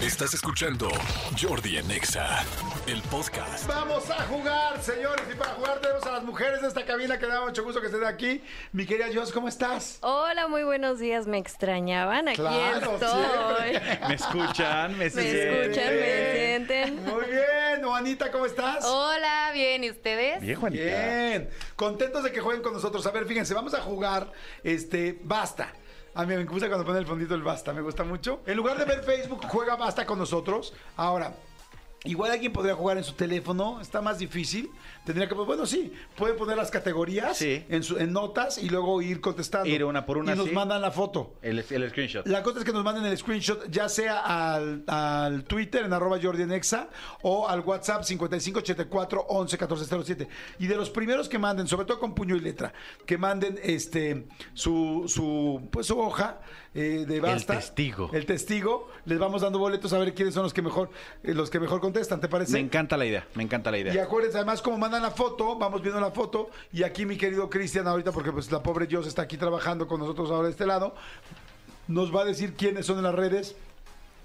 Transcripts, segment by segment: Estás escuchando Jordi en Exa, el podcast. Vamos a jugar, señores. Y para jugar tenemos a las mujeres de esta cabina que da mucho gusto que estén aquí. Mi querida Jos, ¿cómo estás? Hola, muy buenos días. Me extrañaban. Aquí Claro, estoy. Me escuchan, me Eh, Me siguen. escuchan, me sienten. Muy bien. Juanita, ¿cómo estás? Hola, bien, ¿y ustedes? Bien, Juanita. Bien, contentos de que jueguen con nosotros. A ver, fíjense, vamos a jugar este Basta. A mí me gusta cuando ponen el fondito el Basta, me gusta mucho. En lugar de ver Facebook, juega Basta con nosotros. Ahora, igual alguien podría jugar en su teléfono, está más difícil. Tendría que, pues, bueno, sí, pueden poner las categorías Sí. en, su- en notas y luego ir contestando. Ir una por una, Y nos sí. mandan la foto. El, el screenshot. La cosa es que nos manden el screenshot, ya sea al, al Twitter en arroba Jordi en Exa o al WhatsApp 5584 11 14 07. Y de los primeros que manden, sobre todo con puño y letra, que manden este su, su, pues, su hoja eh, de basta. testigo. El testigo. Les vamos dando boletos a ver quiénes son los que mejor, eh, los que mejor contestan, ¿te parece? Me encanta la idea, me encanta la idea. Y acuérdense, además, como mandan la foto, vamos viendo la foto. Y aquí mi querido Cristian, ahorita, porque pues la pobre Jos está aquí trabajando con nosotros ahora de este lado, nos va a decir quiénes son en las redes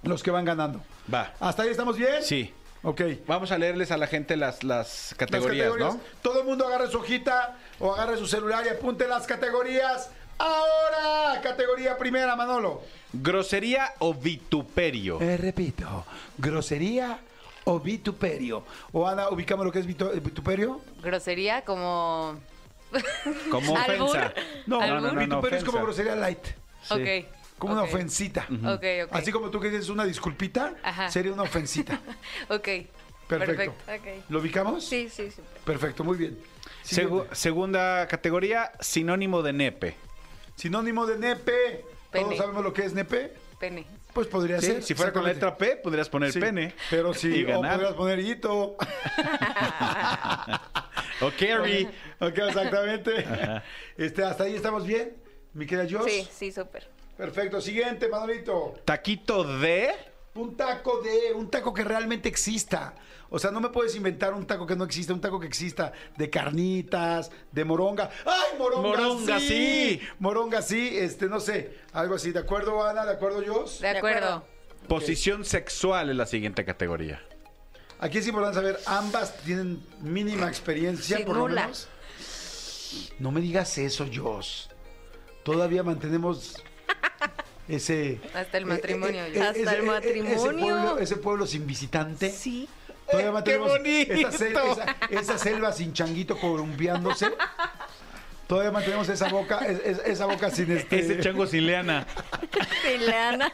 los que van ganando. Va. ¿Hasta ahí estamos bien? Sí. Ok. Vamos a leerles a la gente las, las Las categorías, ¿no? Todo el mundo agarre su hojita o agarre su celular y apunte las categorías. Ahora, categoría primera, Manolo. Grosería o vituperio. Eh, repito, grosería o vituperio. O Ana, ubicamos lo que es vitu- vituperio. Grosería como... Como ¿Albur? ofensa. No, No, no, no, no, vituperio es ofensa. como grosería light. Sí. Ok. Como ok, una ofensita. Ok, ok. Así como tú que dices una disculpita, Ajá. sería una ofensita. Ok. Perfecto. Ok. ¿Lo ubicamos? Sí, sí, sí. Perfecto, muy bien. Segu- Siguiente. segunda categoría, sinónimo de nepe. Sinónimo de nepe. Pene. ¿Todos sabemos lo que es nepe? Pene. Pues podría Sí, ser. si fuera con la letra exactamente. P, podrías poner Sí, pene. Pero sí, Y o ganar. podrías poner hito. O carry. ok, exactamente. Este, hasta ahí estamos bien. Mi querida Josh. Sí, sí, súper. Perfecto. Siguiente, Manolito. Taquito de. Un taco de, un taco que realmente exista. O sea, no me puedes inventar un taco que no exista, un taco que exista de carnitas, de moronga. ¡Ay, moronga! Moronga, sí! Moronga, sí, este, no sé, algo así. ¿De acuerdo, Ana? ¿De acuerdo, yo? De acuerdo. Posición sexual es la siguiente categoría. Aquí es importante saber, ambas tienen mínima experiencia, Sí, por lo nula. menos. No me digas eso, Jos. Todavía mantenemos ese... Hasta el eh, matrimonio, Joss. Hasta el ese matrimonio. pueblo- ese pueblo sin visitante. Sí. Todavía Eh, ¡Qué mantenemos bonito! Esa, sel- esa- esa selva sin changuito columpiándose. Todavía mantenemos esa boca, es- es- esa boca sin este. Ese chango sin leana. Pelana.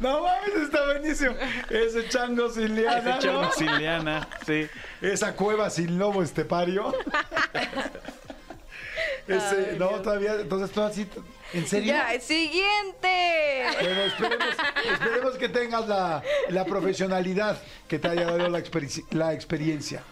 No mames, está buenísimo. Ese chango sin liana, Ese chango ¿no? sin leana, sí. Esa cueva sin lobo estepario. Ese, no, todavía, entonces todo así. ¿En serio? Ya, siguiente. Bueno, esperemos, esperemos que tengas la, la profesionalidad que te haya dado la, experi- la experiencia.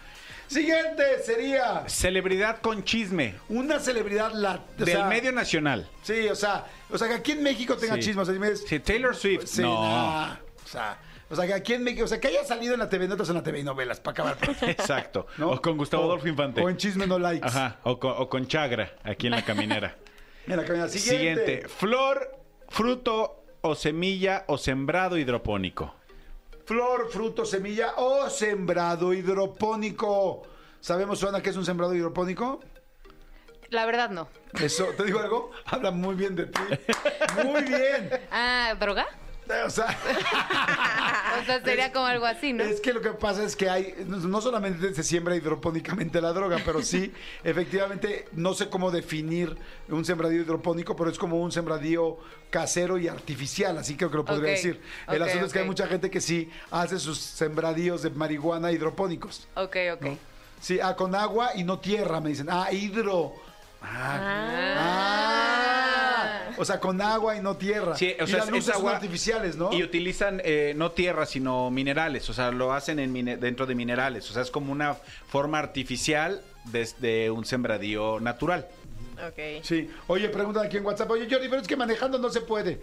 Siguiente sería Celebridad con chisme. una celebridad lat- o Del sea, medio nacional. Sí, o sea, o sea, que aquí en México tenga Sí. chismes. O sea, me- Sí, Taylor Swift. Sí, no. nah, o sea, o sea, que aquí en México, o sea, que haya salido en la TV notas en la TV y novelas para acabar. pronto, Exacto. ¿no? O con Gustavo O- Adolfo Infante. O en chisme no likes. Ajá. O con, o con Chagra, aquí en la caminera. En la cabina siguiente. Siguiente. Flor, fruto o semilla o sembrado hidropónico. Flor, fruto, semilla o sembrado hidropónico. ¿Sabemos, Suana, qué es un sembrado hidropónico? La verdad no. Eso, ¿te digo algo? Habla muy bien de ti. Muy bien. Ah, ¿droga? O sea, O sea, sería como algo así, ¿no? Ah, Es que lo que pasa es que hay, no- no solamente se siembra hidropónicamente la droga, pero sí, efectivamente, no sé cómo definir un sembradío hidropónico, pero es como un sembradío casero y artificial, así creo que lo podría Ok, decir. El ok, asunto es que hay ok. mucha gente que sí hace sus sembradíos de marihuana hidropónicos. Ok, ok. Sí, ah, con agua y no tierra, me dicen. Ah, hidro. Ah. O sea, con agua y no tierra. Sí, o y sea, las es- luces es agua son artificiales, ¿no? Y utilizan eh, no tierra, sino minerales. O sea, lo hacen en mine- dentro de minerales. O sea, es como una forma artificial desde un sembradío natural. Ok. Sí. Oye, preguntan aquí en WhatsApp. Oye, Jordi, pero es que manejando no se puede.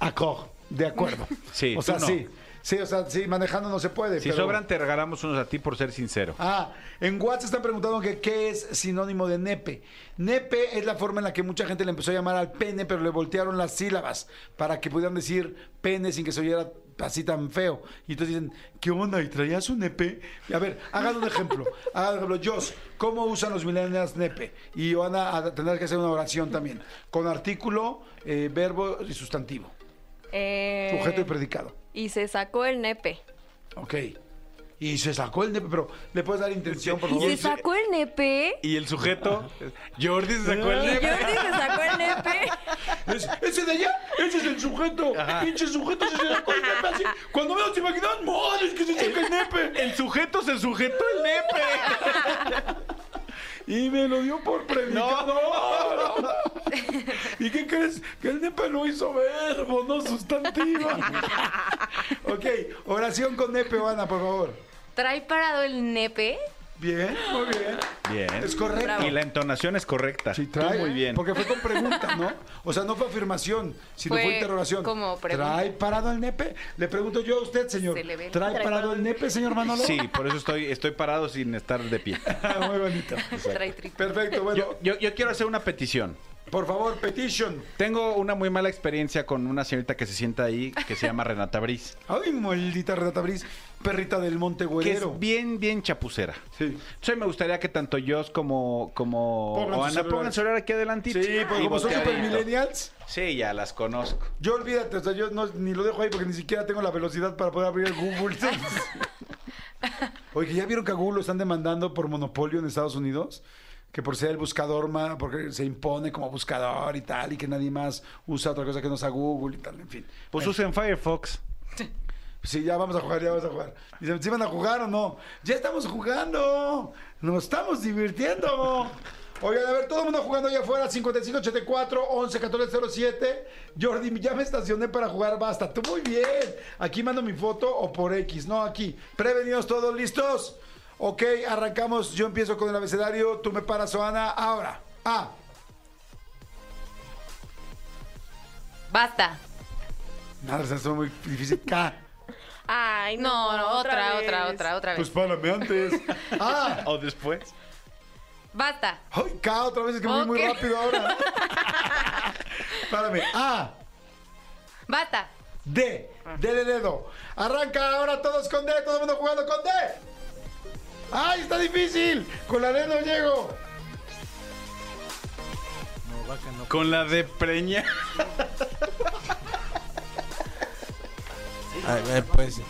Acog. de acuerdo. Sí, O sea, tú no. sí. Sí, o sea, sí, manejando no se puede. Si pero- sobran, te regalamos unos a ti por ser sincero. Ah, en WhatsApp están preguntando que qué es sinónimo de nepe. Nepe es la forma en la que mucha gente le empezó a llamar al pene, pero le voltearon las sílabas para que pudieran decir pene sin que se oyera así tan feo. Y entonces dicen, ¿qué onda? ¿Y traías un nepe? A ver, hagan un ejemplo. Hagan un ejemplo. Jos, ¿cómo usan los millennials nepe? Y van a, a tener que hacer una oración también, con artículo, eh, verbo y sustantivo, Eh, sujeto y predicado. y se sacó el nepe. Ok. Y se sacó el nepe, pero le puedes dar intención, por ¿Y favor. se sacó el nepe? Y el sujeto, Jordi se sacó ¿Y el nepe. Jordi se sacó el nepe? Es- ese de allá, ese es el sujeto. Pinche sujeto se sacó el nepe así. Cuando menos se imaginan, madre, es que se saca el nepe. El sujeto se sujetó el nepe. Y me lo dio por predicador. ¿Y qué crees? Que el nepe lo hizo verbo, no sustantivo. ok, oración con nepe, Ana, por favor. ¿Trae parado el nepe? Bien, muy bien. Bien. Es correcto. Y la entonación es correcta. Sí, Tú trae. ¿eh? muy bien. Porque fue con pregunta, ¿no? O sea, no fue afirmación, sino fue, Fue interrogación. como pregunta. ¿Trae parado el nepe? Le pregunto yo a usted, señor. Se le ve el- ¿Trae parado el nepe, señor Manolo? Ah, Sí, por eso estoy, estoy parado sin estar de pie. Muy bonito. Trae tripa. Perfecto, bueno. Yo, yo- yo quiero hacer una petición. Por favor, petition. Tengo una muy mala experiencia con una señorita que se sienta ahí que se llama Renata Briz. Ay, maldita Renata Briz, perrita del Monte Que es Güerero. bien, bien chapucera. Sí. Entonces me gustaría que tanto yo como, como Pongan sus Ana celulares. pongan celular aquí adelante. Sí, porque como son super millennials, Sí, ya las conozco. yo olvídate, o sea, yo no- ni lo dejo ahí porque ni siquiera tengo la velocidad para poder abrir el Google. Oye, ¿ya vieron que a Google lo están demandando por monopolio en Estados Unidos? Que por ser el buscador más, porque se impone como buscador y tal, y que nadie más usa otra cosa que no sea Google y tal, en fin. Pues usen Firefox. Sí, ya vamos a jugar, ya vamos a jugar. Dicen, ¿sí van a jugar o no? Ya estamos jugando. Nos estamos divirtiendo. Oigan, a ver, todo el mundo jugando allá afuera, 5584-111407. Jordi, ya me estacioné para jugar, basta. Tú muy bien. Aquí mando mi foto o por X. No, aquí. Prevenidos todos, ¿listos? Ok, arrancamos. Yo empiezo con el abecedario. Tú me paras, Ana. Ahora. Ah. A. Basta. Nada, eso es muy difícil. K. Ay, No, no, otra, otra, vez. otra, otra vez. Pues párame antes. A. O después. Pues- Basta. ¡Ay, cada otra vez es que voy muy Ok. rápido ahora! Párame. A, Basta. D, D de dedo. Arranca ahora todos con D, todo el mundo jugando con D. ¡Ay, está difícil! Con la D no llego. Con la de preña. A ver, pues.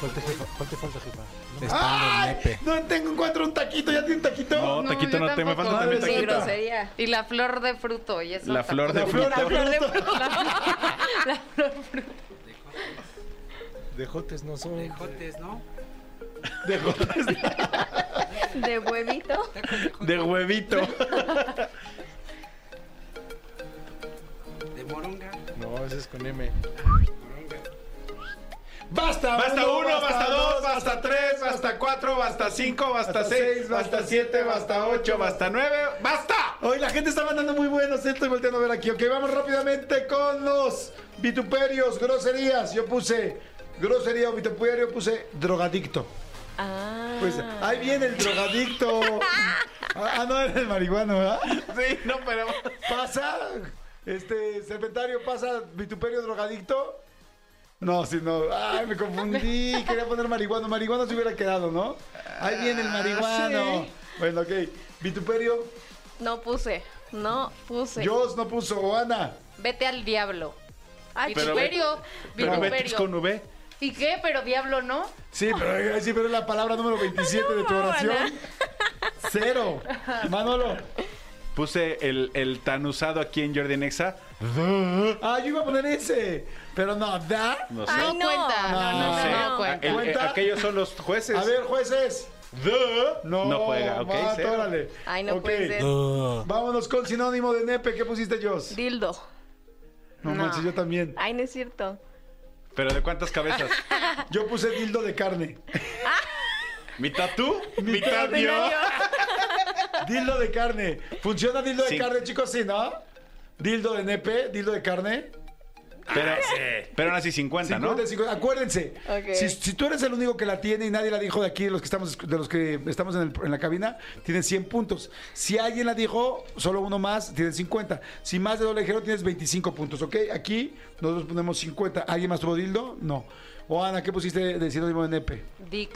¿Cuál te, jefa? ¿Cuál te falta, jefa? Estando ¡Ay! el nepe. No tengo, encuentro un taquito, ¿ya tiene un taquito? No, No, taquito yo no te me tampoco. falta también Madre Qué taquito. grosería. Y la flor de fruto. Y eso La flor de La fruto. flor, la flor, la flor. Dejotes no son. Jotes, ¿no? De huevito. De huevito. De moronga. No, ese es con M. Basta, Basta uno, basta dos, basta tres, basta cuatro, Basta cinco, basta Basta seis, seis, basta basta siete, basta ocho, basta nueve. ¡Basta! Hoy la gente está mandando muy buenos, eh, estoy volteando a ver aquí. Ok, vamos rápidamente con los vituperios, groserías. Yo puse grosería o vituperio, puse drogadicto. Ah. Pues ahí viene el drogadicto. Ah, no, era el marihuano, ¿verdad? Sí, no, pero. Pasa, este, serpentario, pasa vituperio drogadicto. No, sí, no. Ay, me confundí. Quería poner marihuano. Marihuano se hubiera quedado, ¿no? Ahí viene el marihuano. Ah, sí. Bueno, ok. Vituperio, No puse. No puse. Dios no puso, Ana. Vete al diablo. Ay, Pero- Vituperio. Pero Betis Vituperio. con V. ¿Y qué? Pero diablo no. Sí, pero, sí, pero es la palabra número 27 de tu No, oración. Cero. Manolo. Puse el, el tan usado aquí en Jordi Nexa. Ah, yo iba a poner ese. Pero no, da. No sé. Ay, No, no. cuenta. No, no, No no, sé. no, cuenta. El- el- ¿Cuenta? aquellos son los jueces. A ver, jueces. No, No, juega, ok. mat, cero. órale. Ay, no Ok, puede ser. Ah, Vámonos con sinónimo de nepe. ¿Qué pusiste, Jos? Dildo. No, manches, yo también. Ay, no es cierto. Pero ¿de cuántas cabezas? Yo puse dildo de carne. ¿Mitad tú? ¿Mitad Tenía yo? yo. Dildo de carne. ¿Funciona dildo de Sí. carne, chicos? Sí, ¿no? Dildo de nepe, dildo de carne. Pero, pero aún así 50, ¿no? 50, 50. Acuérdense, Ok. si, si tú eres el único que la tiene y nadie la dijo de aquí, de los que estamos, de los que estamos en, el- en la cabina, tienes 100 puntos. Si alguien la dijo, solo uno más, tienes 50. Si más de doble ligero, tienes 25 puntos, ¿ok? Aquí nosotros ponemos 50. ¿Alguien más tuvo dildo? No. O Ana, ¿qué pusiste de sinónimo de nepe? Dick.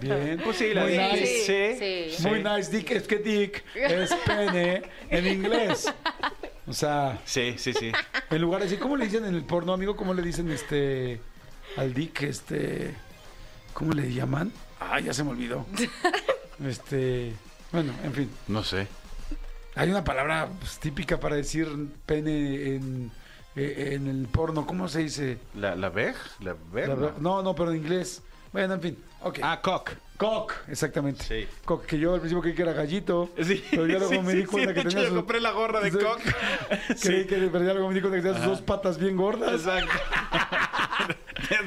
Bien. Pues sí, la Muy dije, nice. Sí. sí. Muy nice, dick. Es que dick es pene en inglés. O sea, Sí, sí, sí. en lugar de decir, ¿cómo le dicen en el porno, amigo? ¿Cómo le dicen este al dick? Este. ¿Cómo le llaman? Ah, ya se me olvidó. Este. Bueno, en fin. No sé. Hay una palabra pues, típica para decir pene en, eh, en el porno. ¿Cómo se dice? ¿La, la veg? ¿La veg? La no. verdad- no, no, pero en inglés. Bueno, en fin. Ok. Ah, cock. Cock, exactamente. Sí. Cock, que yo al principio creí que era gallito. Sí, pero ya luego sí, me sí, di cuenta que sí, de hecho, tenía yo sus- compré la gorra de Sí. cock. Creí Sí. que, pero ya luego me di cuenta que tenía sus dos patas bien gordas. Exacto.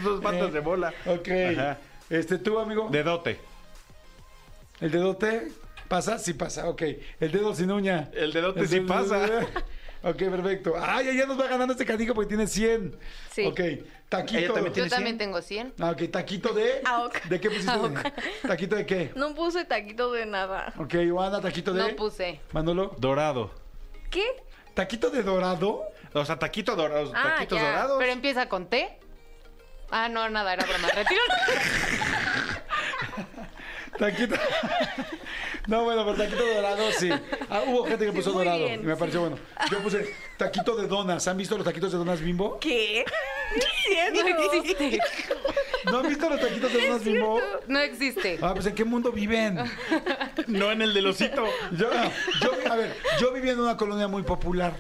Dos patas de bola. Ok. Ajá. Este, tú, amigo. De dote. El dedote pasa, sí pasa, ok. El dedo sin uña. El dedote sí dedo- pasa. Ok, perfecto. Ay, ya nos va ganando este canijo porque tiene 100. Sí. Ok, taquito. Ella también Yo ¿Tienes cien? también tengo 100. Ah, ok, taquito de... Aok. ¿De qué pusiste? Aok. ¿Taquito de qué? No puse taquito de nada. Ok, Ivana, taquito de... No puse. Manolo. Dorado. ¿Qué? ¿Taquito de dorado? O sea, taquito dorado, Ah, taquitos ya. dorados. Pero empieza con T. Ah, no, nada, era broma. Retiro. Taquito. No, bueno, pero taquito dorado, sí. Ah, hubo gente que Sí, puso muy dorado. bien, y me pareció bueno. Yo puse taquito de donas. ¿Han visto los taquitos de donas bimbo? ¿Qué? No No entiendo. existe. ¿No han visto los taquitos de donas bimbo? No existe. Ah, pues ¿en qué mundo viven? No en el del osito. Yo, ah, yo- a ver, yo vivía en una colonia muy popular.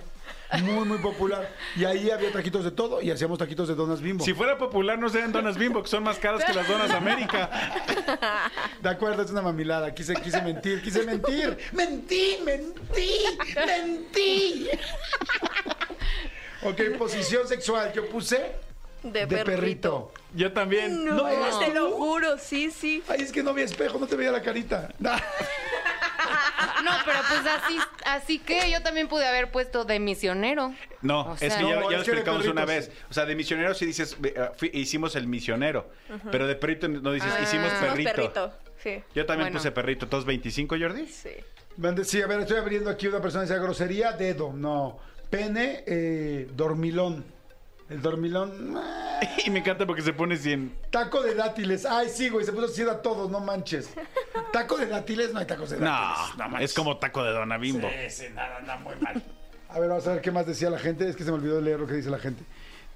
Muy, muy popular. Y ahí había taquitos de todo y hacíamos taquitos de donas bimbo. Si fuera popular, no serían donas bimbo, que son más caras que las donas América. De acuerdo, es una mamilada. Quise, quise mentir, quise mentir. Mentí, mentí, mentí. ok, posición sexual. Yo puse De, de perrito. perrito. Yo también. No, ¿eras te lo tú? juro, sí, sí. Ay, es que no había espejo, no te veía la carita. Nah. No, pero pues así, así que yo también pude haber puesto de misionero. No, O es sea, que ya, No, es ya lo que de explicamos perritos. una vez. O sea, de misionero sí dices, eh, ah, fui- hicimos el misionero. Pero de perrito no dices, hicimos Somos perrito. perrito. Sí, Yo también Bueno. puse perrito. ¿Todos 25, Jordi? sí. Mande- Sí, a ver, estoy abriendo aquí una persona que sea grosería, dedo, no. Pene, eh, dormilón. El dormilón. ah. Y me encanta porque se pone 100. Taco de dátiles. Ay, sí, güey, se puso ciego a todos, no manches. Taco de dátiles, no hay tacos de dátiles. No, es como taco de dona bimbo. A ver, vamos a ver qué más decía la gente. Es que se me olvidó leer lo que dice la gente.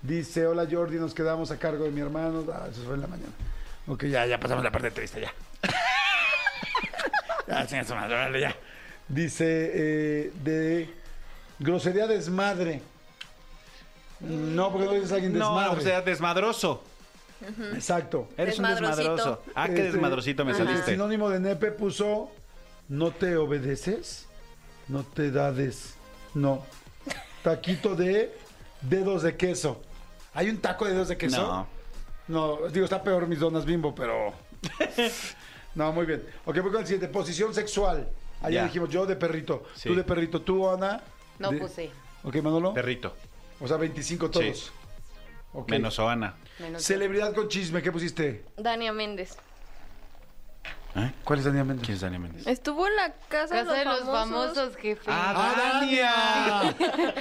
Dice, hola Jordi, nos quedamos a cargo de mi hermano. Ah, eso fue en la mañana. Ok, ya, ya pasamos la parte entrevista, ya. ya, chinga su madre, órale, ya. Dice, eh, de grosería desmadre. No, porque no dices a alguien desmadre. No, o sea, desmadroso. Exacto. Eres un Desmadrosito. desmadroso. Ah, qué Este, desmadrosito me el saliste. sinónimo de nepe puso, no te obedeces, no te dades, no. Taquito de dedos de queso. ¿Hay un taco de dedos de queso? No. No, digo, está peor mis donas bimbo, pero... no, muy bien. Ok, voy con el siguiente. Posición sexual. Ahí Ya. dijimos yo de perrito. Sí. Tú de perrito. Tú, Ana. No de- puse. Ok, Manolo. Perrito. O sea, 25 todos. Sí. Ok. Menos Oana. Menos Celebridad con chisme, ¿qué pusiste? Dania Méndez. ¿Eh? ¿Cuál es Daniel Méndez? ¿Quién es Dani Méndez? Estuvo en la casa, Casa de los famosos. jefe. ¡Ah, Dania!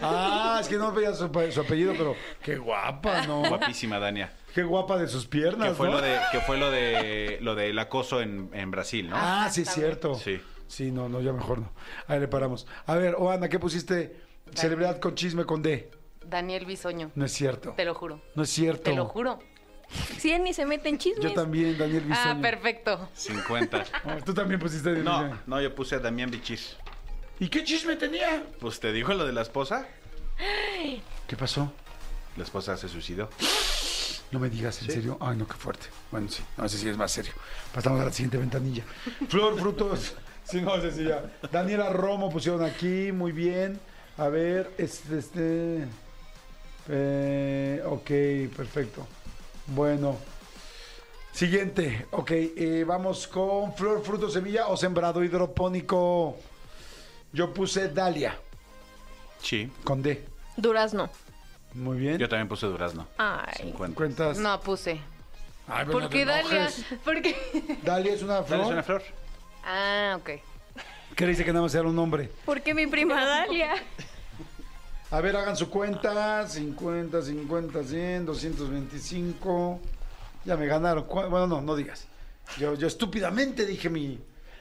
Ah, es que no veía su, su apellido, pero qué guapa, ¿no? Guapísima, Dania. Qué guapa de sus piernas, Que fue ¿no? lo de, que fue lo de lo del acoso en, en Brasil, ¿no? Ah, sí, es cierto. Sí. Sí, no, no, ya mejor no. Ahí le paramos. A ver, Oana, ¿qué pusiste? Celebridad con chisme con D. Daniel Bisoño. No es cierto. Te lo juro. No es cierto. Te lo juro. Sí, ni se meten chismes. Yo también, Daniel Bisoño. Ah, perfecto. 50. Ah, Tú también pusiste Daniel No, Bisoño. no, yo puse a Damián Bichir. ¿Y qué chisme tenía? Pues te dijo lo de la esposa. ¿Qué pasó? La esposa se suicidó. No me digas, ¿en serio? Ay, no, qué fuerte. Bueno, sí, no sé si es más serio. Pasamos a la siguiente ventanilla. Flor, frutos. Sí, no sé si ya. Daniela Romo pusieron aquí, muy bien. A ver, este. este eh, ok, perfecto. Bueno. Siguiente, ok, eh, vamos con flor, fruto, semilla o sembrado hidropónico. Yo puse Dalia, Sí. con D. Durazno. Muy bien. Yo también puse durazno. Ay. 50. Cuentas. No puse. Ay, pero no te Porque Dalia. enojes. Porque. Dalia es una flor. Dale, es una flor. Ah, ok. ¿Qué dice que nada más era un hombre? ¿Por qué mi prima Dalia? A ver, hagan su cuenta. 50, 50, 100, 225. Ya me ganaron. ¿Cuál? Bueno, no, no digas. Yo, yo estúpidamente dije mi...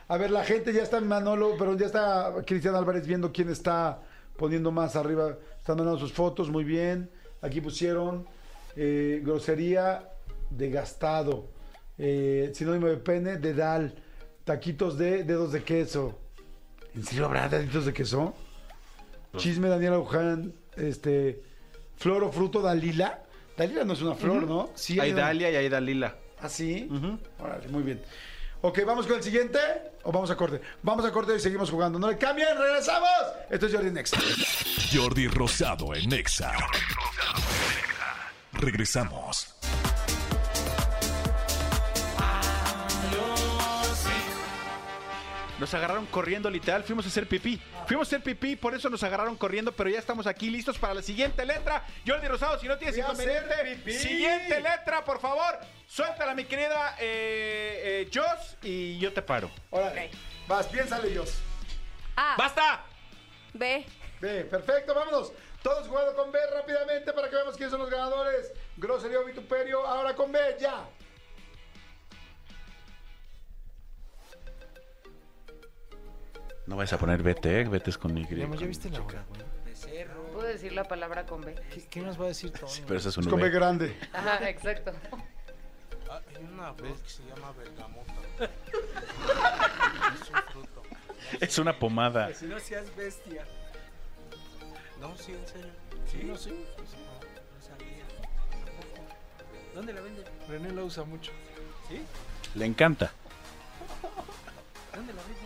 A ver, la gente ya está en Manolo, pero ya está Cristian Álvarez viendo quién está poniendo más arriba. Están mandando sus fotos, muy bien. Aquí pusieron eh, grosería de gastado, eh, sinónimo de pene, de dal, taquitos de dedos de queso. ¿En serio habrá deditos de queso? Chisme Daniela Oján, este, flor o fruto Dalila. Dalila no es una flor, ¿no? Sí, hay una- Dalia y hay Dalila. ¿Ah, sí? Órale, muy bien. Ok, ¿vamos con el siguiente o vamos a corte? Vamos a corte y seguimos jugando. ¡No le cambien! ¡Regresamos! Esto es Jordi Next. Jordi Rosado en Nexa. Regresamos. Nos agarraron corriendo, literal. Fuimos a hacer pipí. Fuimos a hacer pipí, por eso nos agarraron corriendo, pero ya estamos aquí listos para la siguiente letra. Jordi Rosado, si no tienes Voy a inconveniente, hacer pipí. siguiente letra, por favor. Suéltala, mi querida eh, eh, Joss, y yo te paro. Órale. Vas, piénsale, Dios. Ah. A. ¡Basta! Ah, B. Bien, perfecto, vámonos. Todos jugando con B rápidamente para que veamos quiénes son los ganadores. Grosería o vituperio, ahora con B, ya. No vas a poner vete, vete es con Y. Guillermo, ¿ya viste la hora, güey? Becerro. ¿Puedo decir la palabra con B? ¿Qué, qué nos va a decir Tony? Pero eso es Es un con B V. grande. Ajá, exacto. Ah, hay una flor que se llama bergamota. es un fruto. Es una pomada. Pues Si no seas bestia. No, sí, en serio. Sí, no, sí. Ah, No sabía. Tampoco. ¿Dónde la venden? René la usa mucho. Le encanta. ¿Dónde la venden?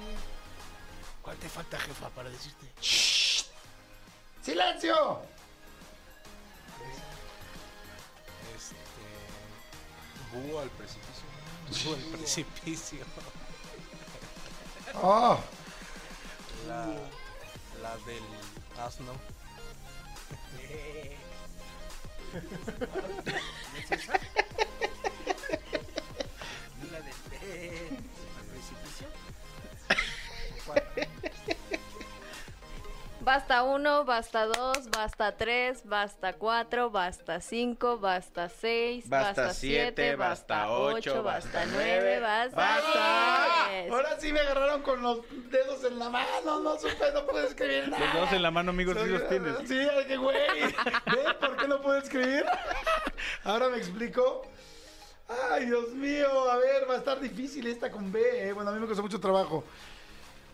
¿Cuál te falta, jefa, para decirte? ¡Silencio! Este. Búho al precipicio. Búho al precipicio. Oh, La, la del asno. La del pe- al precipicio. Basta 1, basta 2, basta 3, basta 4, basta 5, basta 6, Basta basta siete, 7, basta basta ocho, 8, basta basta 9, basta ¡Basta! 10. ahora sí me agarraron con los dedos en la mano. No supe, no pude escribir nada. Los dedos en la mano, amigos, sí Soy- los tienes. Sí, ay, que güey. ¿Ve por qué no puedo escribir? Ahora me explico. Ay, Dios mío, a ver, va a estar difícil esta con B. eh. Bueno, a mí me costó mucho trabajo.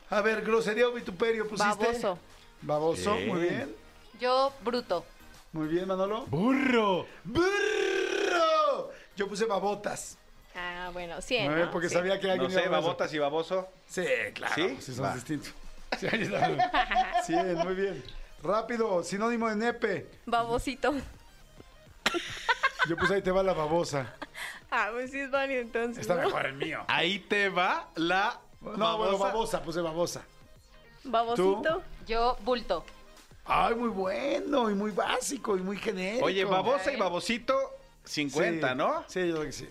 A ver, grosería o vituperio pusiste. Baboso. Baboso, Sí. muy bien. Yo, bruto. Muy bien, Manolo. ¡Burro! ¡Burro! Yo puse babotas. Ah, bueno, A 100. ver, porque sabía que alguien No sé, iba a poner eso. babotas y baboso. Sí, claro. ¿Sí? Sí, son Va. distintos. Sí, ahí está. Sí, muy bien. Rápido, sinónimo de nepe. Babosito. Yo puse ahí te va la babosa. Ah, pues sí es válido entonces. Está ¿no? mejor el mío. Ahí te va la No, bueno, babosa, puse babosa. Babosito. Yo, bulto. Ay, muy bueno y muy básico y muy genérico. Oye, babosa y Ok. babosito, 50, Sí, ¿no? Sí, yo creo que sí.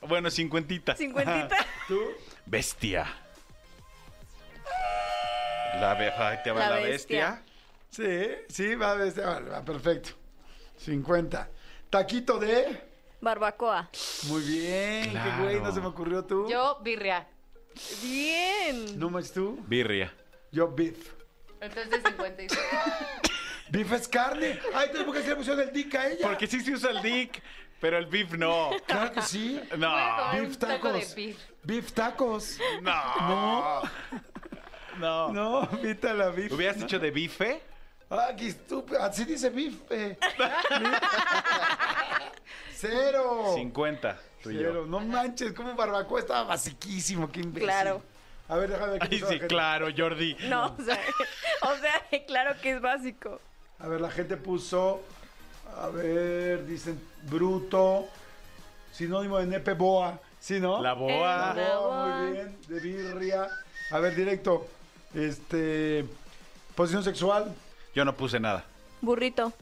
Bueno, cincuentita. Cincuentita. ¿Tú? Bestia. La, be- ahí te va La la bestia. bestia. Sí, sí, va, este, vale, va, perfecto. 50. Taquito de. Barbacoa. Muy bien, qué Claro. güey, no se me ocurrió tú. Yo, birria. Bien. No más tú. Birria. Yo beef. Entonces 56. Beef es carne. Ay, entonces, ¿por qué se le pusieron el dick a ella? Porque sí se usa el dick, pero el beef no. Claro que sí. No, comer Beef un taco de tacos. beef. Beef tacos. no. No. No, vita la beef. ¿Hubieras dicho de bife? Ah, qué estúpido. Así dice beef. eh. Cero. 50, tú y Cero. yo. No manches, como barbacoa estaba basiquísimo, qué imbécil. Claro. A ver, déjame ver. qué Ay, puso la sí, gente. claro, Jordi. No, o sea, o sea, claro que es básico. A ver, la gente puso. A ver, dicen bruto. Sinónimo de nepe boa. ¿Sí, no? La boa. Eh, La boa. Muy bien, de birria. A ver, directo. Este. Posición sexual. Yo no puse nada. Burrito.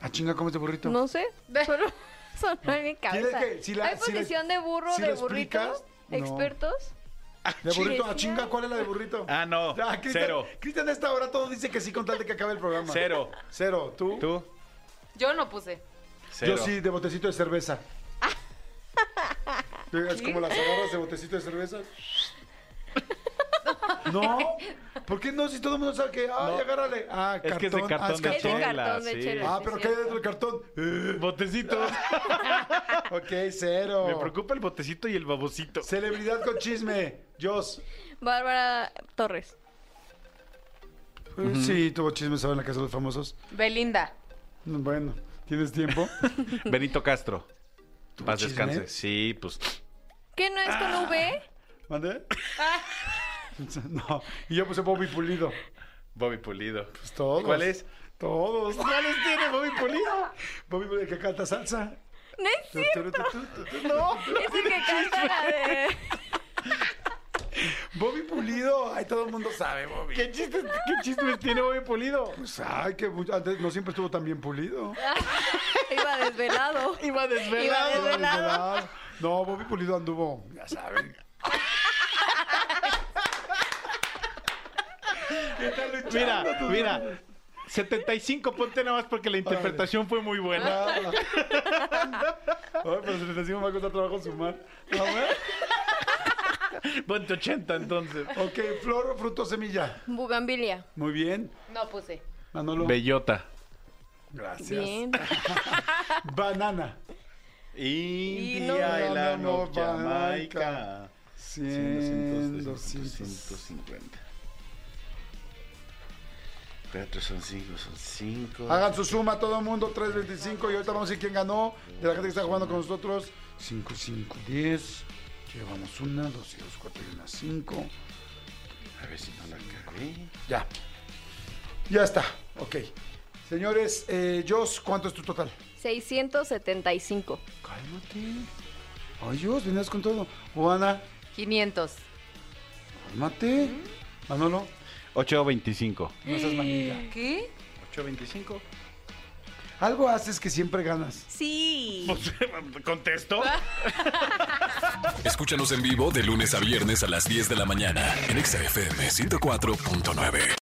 Ah, chinga, ¿cómo este burrito? No sé. Solo sonó en mi cabeza. ¿Quieres que- si la- ¿Hay si la- posición de burro, si de lo explicas? burritos? No. ¿Expertos? ¿De burrito? Sí. Ah, chinga, ¿cuál es la de burrito? Ah, no. Ya, Cristian, Cero. Cristian, a esta hora todo dice que sí con tal de que acabe el programa. Cero. Cero. ¿Tú? ¿Tú? Yo no puse. Cero. Yo sí, de botecito de cerveza. Es como las agarras de botecito de cerveza. No, ¿por qué no? Si todo el mundo sabe que, ay, No. agárrale. Ah, Es que es de ah, cartón de Es de chela. cartón de sí. chela. Ah, pero Sí, ¿qué hay cierto. dentro del cartón? Eh, Botecitos. ok, cero. Me preocupa el botecito y el babocito. Celebridad con chisme. Jos. Bárbara Torres. Eh, Sí, tuvo chisme, ¿saben? En la casa de los famosos. Belinda. Bueno, ¿tienes tiempo? Benito Castro. Paz chisme? descanse. Sí, pues. ¿Qué no es con V? ¿Mande? No, y yo puse Bobby Pulido. Bobby Pulido. Pues todos. ¿Cuál es? Todos. ¿Cuáles tiene Bobby Pulido? Bobby Pulido que canta salsa. No es Tu, cierto. tu, tu, tu, tu, tu. No. Es el que canta la de... Bobby Pulido, ay, todo el mundo sabe, Bobby. ¿Qué chistes, qué chismes tiene Bobby Pulido? Ah, Pues, ay, que mucho- antes no siempre estuvo tan bien pulido. Iba desvelado. Iba Iba desvelado. desvelado. No, Bobby Pulido anduvo, ya saben. Mira, mira. 75 ponte nada más porque la interpretación fue muy buena. Ay, pero se les decimos va a costar trabajo sumar. A ver. Ponte 80 entonces. Ok, flor, fruto, semilla. Bugambilia. Muy bien. No puse. Manolo. Bellota. Gracias. Bien. Banana. India, no, Irlanda, no, no, Jamaica. 100, 250. Teatro son 5, son 5. Hagan su suma todo el mundo, 325. Y ahorita vamos a decir quién ganó. De la gente que está jugando con nosotros, 5, 5, 10. Llevamos una, dos y dos, cuatro y una, cinco. A ver si no la cagué. Ya. Ya está. Ok. Señores, eh, Jos, ¿cuánto es tu total? 675. Cálmate. Ay, Jos, venías con todo. Juana, 500. cálmate. Manolo, 8.25. no seas manilla. ¿Qué? 8.25. Algo haces que siempre ganas. Sí. ¿Contesto? Escúchanos en vivo de lunes a viernes a las 10 de la mañana en Exa FM 104.9.